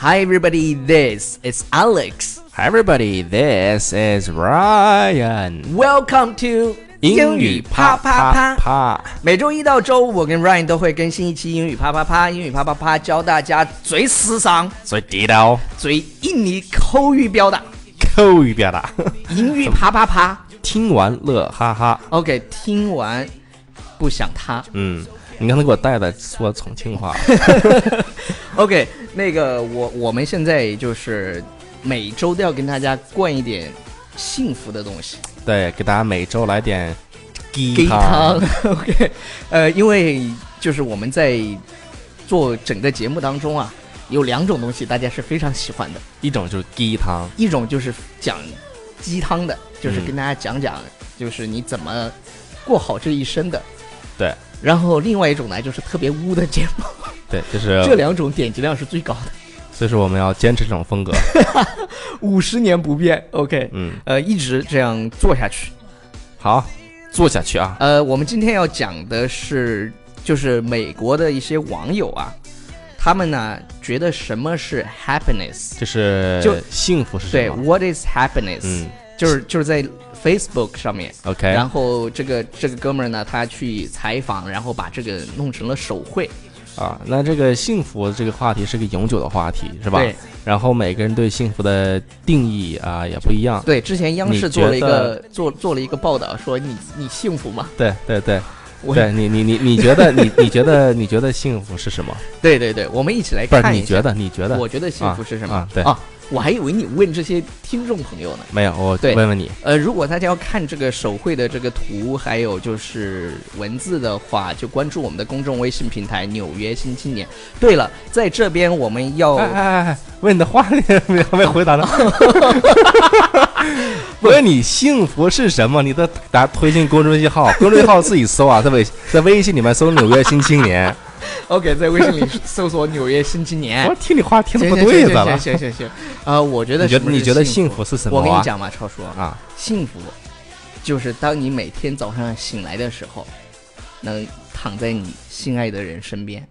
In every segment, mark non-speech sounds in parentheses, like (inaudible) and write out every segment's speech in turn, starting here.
Hi everybody, this is Alex. Hi everybody, this is Ryan。 Welcome to 英语啪啪啪啪，每周一到周五，我跟 Ryan 都会更新一期英语啪啪啪。英语啪啪啪教大家最时尚、最地道，最印尼口语表达。口语表达，英语啪啪啪。听完乐哈哈。 OK，听完不想他。嗯，你刚才给我带的说重庆 (laughs) 话， OK，那个我我们现在就是每周都要跟大家灌一点幸福的东西。对，给大家每周来点鸡鸡汤。OK，呃，因为就是我们在做整个节目当中啊，有两种东西大家是非常喜欢的，一种就是鸡汤，一种就是讲鸡汤的，就是嗯跟大家讲讲，就是你怎么过好这一生的。对。然后另外一种呢，就是特别污的节目，对，就是这两种点击量是最高的，所以说我们要坚持这种风格。 (laughs) 五十年不变。OK，嗯，呃，一直这样做下去。好，做下去啊。呃，我们今天要讲的是，就是美国的一些网友啊，他们呢觉得什么是 happiness？就是就幸福是对什么？ ，What is happiness？、嗯就是就是在 Facebook 上面， ，OK，然后这个这个哥们儿呢，他去采访，然后把这个弄成了手绘，啊，那这个幸福这个话题是个永久的话题，是吧？对然后每个人对幸福的定义啊也不一样。对，之前央你视觉做了一个得做做了一个报道，说你你幸福吗？对对对，我对你你你你觉得你你觉得你觉得幸福是 (laughs) 什么？对对对，我们一起来不是看一你觉下。得你觉得我觉得幸福是什么？啊对啊，我还以为你问这些听众朋友呢。没有？我对问问你，呃，如果大家要看这个手绘的这个图，还有就是文字的话，就关注我们的公众微信平台《纽约新青年》。对了，在这边我们要哎哎哎，问你的话 (laughs) 没没 (laughs) 回答呢。问你幸福是什么？你的答推进公众微信号，公众微信号自己搜啊，在微在微信里面搜“纽约新 (laughs) 青年 OK，在微信里搜索“纽约新青”。年我听你话听的哎行行不对行咋了行？行行行，啊，我觉得你觉什么得你是觉得幸幸福是什么我啊？跟你讲嘛，超叔，啊，幸福就是当你每天早上醒来的时候，能躺在你心爱的人身边，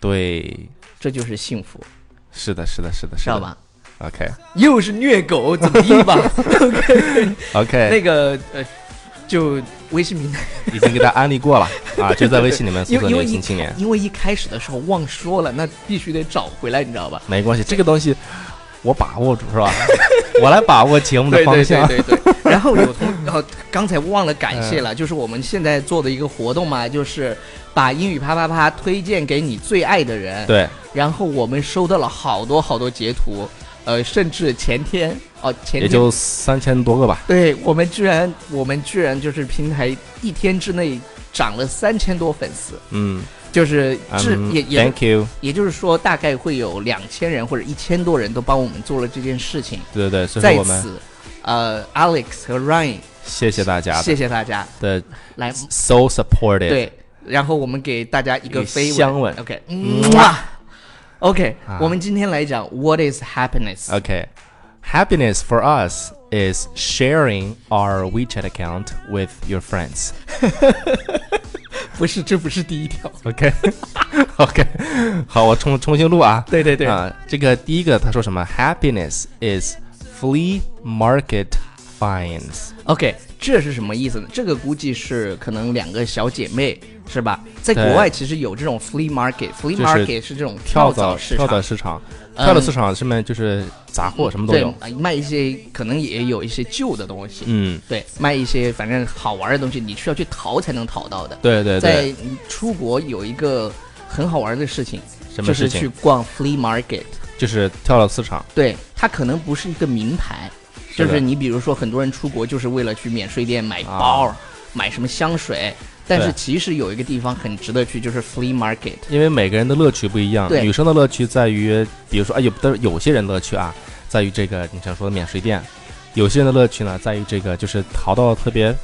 对，这就是幸福，是的，是的，是的，是知道的吧？ ？OK 又是虐狗，怎么地吧？OK。 OK，那个呃，就微信平台，已经给大家安利过了啊，就在微信里面搜因索“为因纽为约一新青年”。因为一开始的时候忘说了，那必须得找回来，你知道吧？没关系，这个东西我把握住是 (laughs) 吧？我来把握节目的方向。对对对。 (laughs) 然后有同呃，刚才忘了感谢嗯了，就是我们现在做的一个活动嘛，就是把英语啪啪啪推荐给你最爱的人。对然后我们收到了好多好多截图，呃，甚至前天哦、前也天。就三千多个吧。对我们居然，我们居然就是平台一天之内涨了三千多粉丝，嗯，就是至、嗯也也 Thank you，也就是说，大概会有两千人或者一千多人都帮我们做了这件事情。对对对，这在是我们此，呃，Alex 和 Ryan，谢谢大家谢谢大家，的来 so supportive。，对，然后我们给大家一个一个飞吻香吻，OK，嗯哇，OK，啊呃我们今天来讲 What is happiness？ OK。Happiness for us is sharing our WeChat account with your friends. 不是，这不是第一条， (laughs) OK，OK，、好， (laughs) 我重重新录啊。对对对啊，这个第一个他说什么？Happiness is flea market finds。 OK，这是什么意思呢？这个估计是可能两个小姐妹是吧？在对国外其实有这种 flea market，flea 是 market 是这种跳蚤蚤市跳蚤场，市场，嗯跳蚤市场上面就是杂货，什么都对有。，呃卖一些可能也有一些旧的东西，嗯，对，卖一些反正好玩的东西，你需要去淘才能淘到的。对对对，在出国有一个很好玩的事情，什就么是事去情？逛 flea market，就是跳蚤市场，对，它可能不是一个名牌，是就的啊是你比如说很多人出国就是为了去免税店买包、买什么香水，但是对其实有一个地方很值得去，就是 flea market。因为每个人的乐趣不一样。对女生的乐趣在于，比如说，哎哎，有但是有些人乐趣啊，在于这个你想说的免税店；有些人的乐趣呢，在于这个就是淘到特别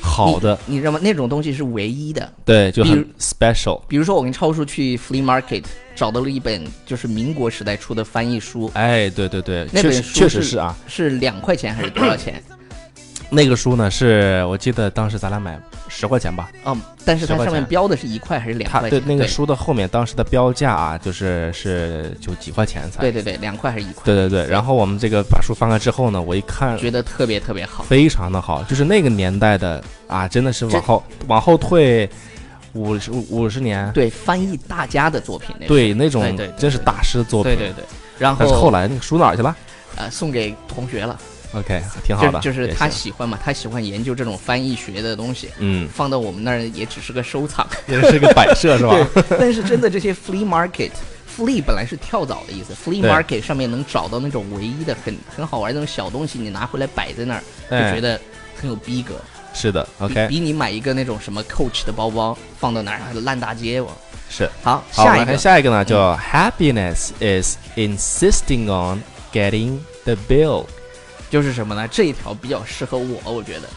好的，你知道吗？那种东西是唯一的。对，嗯就比很如 special。比如说，我跟超叔去 flea market 找到了一本就是民国时代出的翻译书，哎，对对对，那确本实书确实是啊，是两块钱还是多少钱？那个书呢，是我记得当时咱俩买十块钱吧，啊、但是它嗯10块上面钱标的是一块还是两它块对钱？那个书的后面当时的标价啊，就是是就几块钱才。对对对，两块还是一块？对对对然后我们这个把书翻开之后呢，我一看觉得特别特别好。非常的好，就是那个年代的啊，真的是这往后往后退五十五十年，对，翻译大家的作品那种对那种对对对真是大师作品。对对对。然后但是后来那个书哪儿去了呃送给同学了， ？OK，挺好就的，就是也他行喜欢嘛，他喜欢研究这种翻译学的东西， (laughs) 嗯，放到我们那儿也只是个收藏。也是个摆设是吧？对， (laughs) 但是真的这些 flea market。flea 本来是跳蚤的意思，flea 对 market 上面能找到那种唯一的很很好玩的那种小东西，你拿回来摆在那儿， (laughs) 就哎觉得很有逼格。是的，OK，比比你买一个那种什么 Coach 的包包放到哪儿烂大街我。是。好，好，我下们一看个嗯下一个呢，叫 Happiness is insisting on getting the bill，就是什么呢？这一条比较适合我，我觉 (laughs) 得。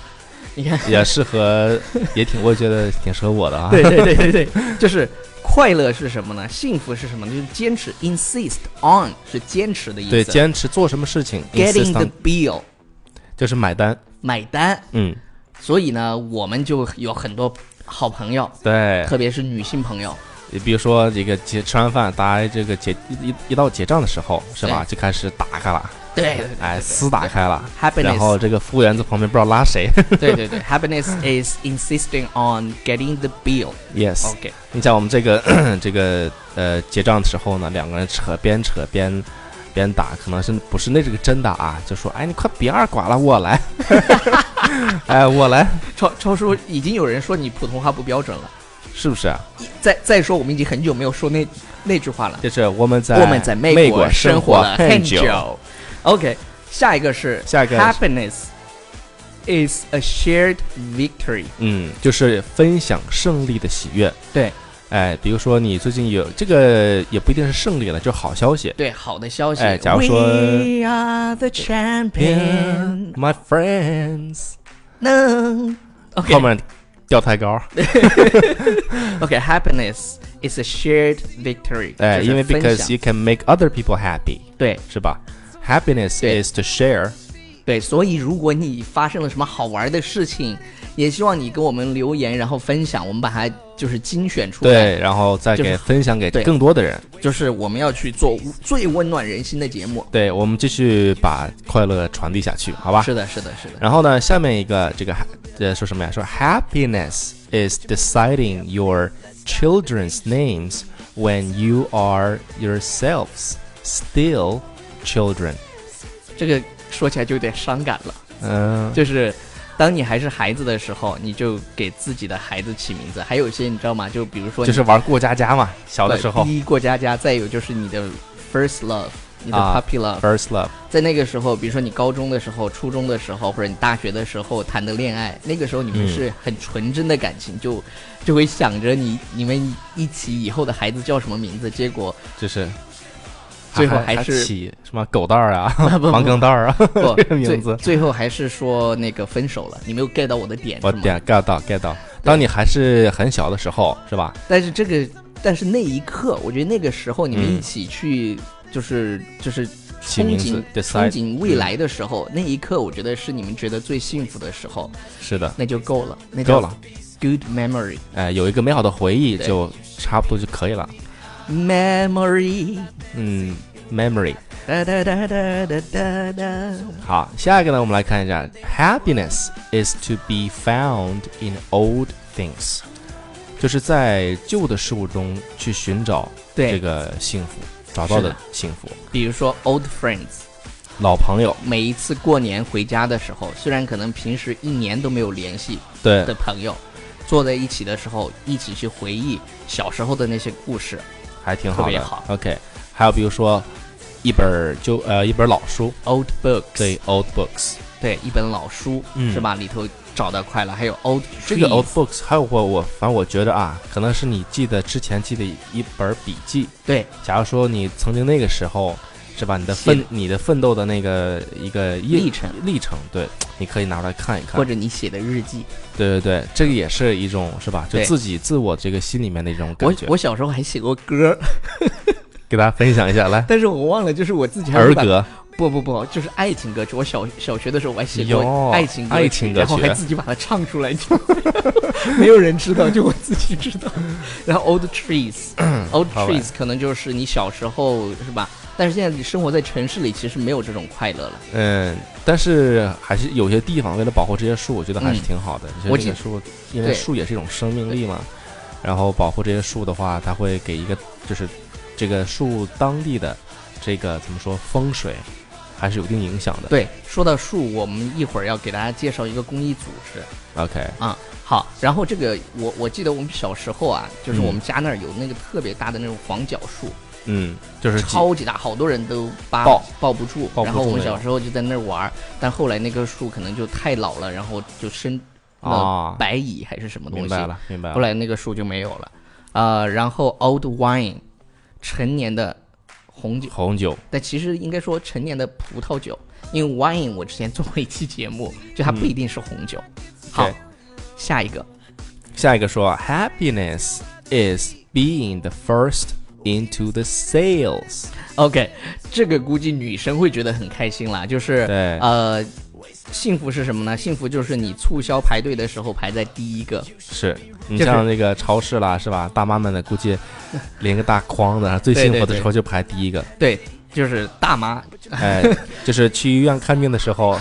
你看，也适合，也挺，我觉得挺适合我的啊。 (laughs) 对对对对对，就是快乐是什么呢？幸福是什么呢？就是坚持，insist on 嗯是坚持的意思。对，坚持做什么事情 getting insist the on- bill 就是买单。买单。嗯，所以呢，我们就有很多好朋友，对，特别是女性朋友，你比如说这个结吃完饭，大家这个结一一一到结账的时候，是吧？就开始打开了，对对对哎，撕打开了。 ，happiness，然后这个服务员在旁边不知道拉谁。 (laughs) 对对对，happiness is insisting on getting the bill。 yes， OK，你像我们这个 (clears throat) 这个呃结账的时候呢，两个人扯边扯边边打，可能是不是那这个真的啊？就说哎，你快别二瓜了，我来， (laughs) 哎，我来，超超叔已经有人说你普通话不标准了。是啊不是？再再说，我们已经很久没有说那那句话了。就是我们在我们在美国生活了了很久。久。OK，下一个是下一个 happiness is a shared victory。嗯，就是分享胜利的喜悦。对，哎，比如说你最近有这个也不一定是胜利了，就是好消息。对，好的消息。哎假如说 We are the champion， My friends，能 OK 后面调太高， OK，happiness is a shared victory。哎，就是因为分 because 享 you can make other people happy，对是吧？Happiness 对 is to share。对，所以如果你发生了什么好玩的事情，也希望你给我们留言，然后分享，我们把它就是精选出来。对，然后再就是给分享给对更多的人。就是我们要去做最温暖人心的节目。对，我们继续把快乐传递下去，好吧？是的，是的，是的。然后呢，下面一个这个呃说什么呀？说 happiness is deciding your children's names when you are yourselves still children。这个说起来就有点伤感了，嗯、就是当你还是孩子的时候，你就给自己的孩子起名字。还有一些你知道吗？就比如说就你呃是玩过家家嘛，小的时候第一过家家，再有就是你的 first love，你的啊 puppy love，、 first love。在那个时候，比如说你高中的时候、初中的时候，或者你大学的时候谈的恋爱，那个时候你们嗯是很纯真的感情，就就会想着你你们一起以后的孩子叫什么名字，结 (laughs) 果就是最后还啊还是起什么狗蛋儿啊、 (laughs) 不黄梗蛋儿啊，不这个最名字最后还是说那个分手了。你没有 get 到我的点我是吗？点 get 到 get 到。当你还是很小的时候，是吧？但是这个，但是那一刻，我觉得那个时候你们嗯一起去，就是就是起憧名憬憧字 decide 憬未来的时候，那一刻我觉得是你们觉得最幸福的时候，是的，那就够了，那够叫了。 good memory。哎、有一个美好的回忆对就差不多就可以了。 Memory，嗯，memory。哒哒哒哒哒哒哒。好，下一个呢，我们来看一下，happiness is to be found in old things，就是在旧的事物中去寻找对这个幸福，找到是的的幸福。比如说 old friends，老朋友，每一次过年回家的时候，虽然可能平时一年都没有联系，对的，朋友坐在一起的时候，一起去回忆小时候的那些故事。还挺好特的。别好 OK，还有比如说一本儿就呃一本儿老书， Old books，对，old books。对一本老书、嗯是吧？里头找到快乐，还有 old 这个 trees old books，还有我我反正我觉得啊，可能是你记得之前记得一本儿笔记，对假如说你曾经那个时候，是吧？你的写奋你的奋斗的那个一个历程历程，对，你可以拿出来看一看或。者你写的日记。对对对，这个也是一种是吧？就对自己自我这个心里面的一种我感觉，我小时候还写过歌，给大家分享一下 (laughs) 来。但是我忘了，就是我自己还儿会把歌，不不不，就是爱情歌曲。我小小学的时候我还写哟过爱情歌曲，爱情歌然曲后还自己把它唱出来，就 (laughs) 没有人知道，就我自己知道。然后 Old Trees，Old 嗯好吧 Trees 可能就是你小时候是吧？但是现在你生活在城市里，其实没有这种快乐了。嗯，但是还是有些地方为了保护这些树，我觉得还是挺好的。我觉记得这个树，因为对树也是一种生命力嘛，然后保护这些树的话，它会给一个就是这个树当地的这个怎么说风水，还是有一定影响的。对，说到树，我们一会儿要给大家介绍一个公益组织。 ，OK，啊、好，然后这个我我记得我们小时候啊，就是嗯我们家那儿有那个特别大的那种黄角树，嗯，就是几超级大，好多人都扒抱抱不住。抱不住然后我们那种小时候就在那儿玩儿，但后来那棵树可能就太老了，然后就生啊了白蚁还是什么东明西，白了，明白了。后来那个树就没有了。呃，然后 old wine，陈年的红酒，红酒，但其实应该说陈年的葡萄酒，因为 wine 我之前做过一期节目，就嗯它不一定是红酒。好对，下一个。下一个说，happiness is being the first into the sales。 OK，这个估计女生会觉得很开心啦，就是对呃，幸福是什么呢？幸福就是你促销排队的时候排在第一个，是你就是像那个超市啦，是吧？大妈们呢，估计连个大筐的，最对幸对福的对时候就排第 (laughs) 一个。对，就是大妈。哎，就是去医院看病的时候，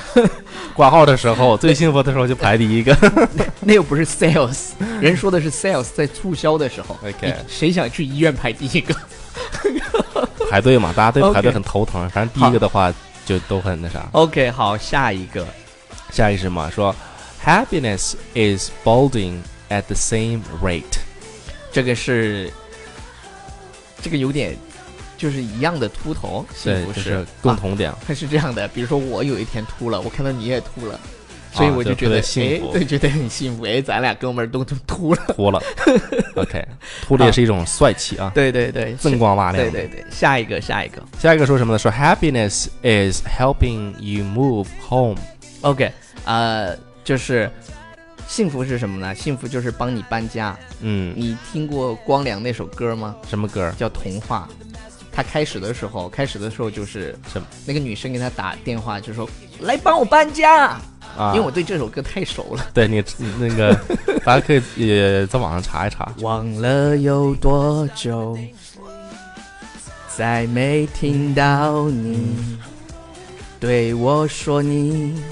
挂号的时候，最幸福的时候就排第一个。 (laughs) 那又不是 sales，人说的是 sales，在促销的时候 OK 你谁想去医院排第一个？排队嘛，大家对 OK 排队很头疼。反正第一个的话，就都很那啥。 OK，好，下一个。下一是什么？说 happiness is balding at the same rate。这个是，这个有点就是一样的秃头，幸对，福就是是啊共同点。它是这样的，比如说我有一天秃了，我看到你也秃了，所以我啊就觉特得，别哎、幸福对，觉得很幸福，哎，咱俩哥们儿都都秃 (laughs) 了，秃 (laughs) 了，OK，秃了也是一种帅气啊，对对 (laughs) 对，锃光瓦亮对的。对对，下一个下一个下一个说什么呢？说 happiness is helping you move home。 ，OK，呃，就是幸福是什么呢？幸福就是帮你搬家。嗯，你听过光良那首歌吗？什么歌？叫《童话》。他开始的时候，开始的时候就是什么那个女生给他打电话，就说来帮我搬家，啊？因为我对这首歌太熟了。对你你那个，大家可以也在网上查一查。忘了有多久，再没听到你对我说你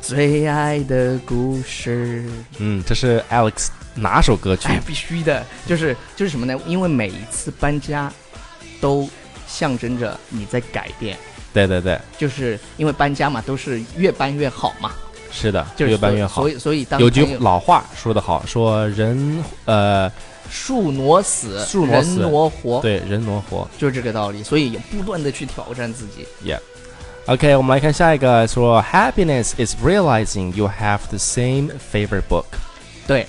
最爱的故事。嗯，这是 Alex 哪首歌 (laughs) 曲？哎，必须的，就是就是什么呢？因为每一次搬家，都象征着你在改变。对对对，就是因为搬家嘛，都是越搬越好嘛，是的，就是越搬越好所。以所以当有句朋友老话说得好，说人呃，树挪死，树挪死人挪活，对人挪活。就是这个道理。所以也不断的去挑战自己。 OK，我们来看下一个，说 happiness is realizing you have the same favorite book。对，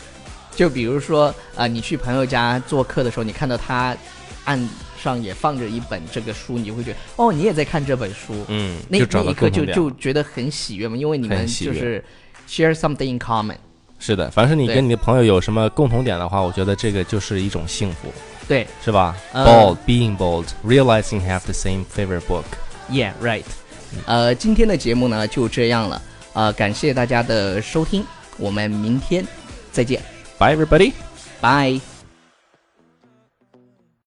就比如说啊、呃你去朋友家做客的时候，你看到他案上也放着一本这个书，你会觉得哦，你也在看这本书，嗯，那就找那到一刻共就同点。就觉得很喜悦嘛，因为你们很喜就悦是 share something in common。是的，凡是你对跟你的朋友有什么共同点的话，我觉得这个就是一种幸福，对是吧、呃 b o l d being bold, realizing you have the same favorite book。 ，Yeah right。呃，嗯今天的节目呢就这样了，呃，感谢大家的收听，我们明天再见， Bye everybody. 拜。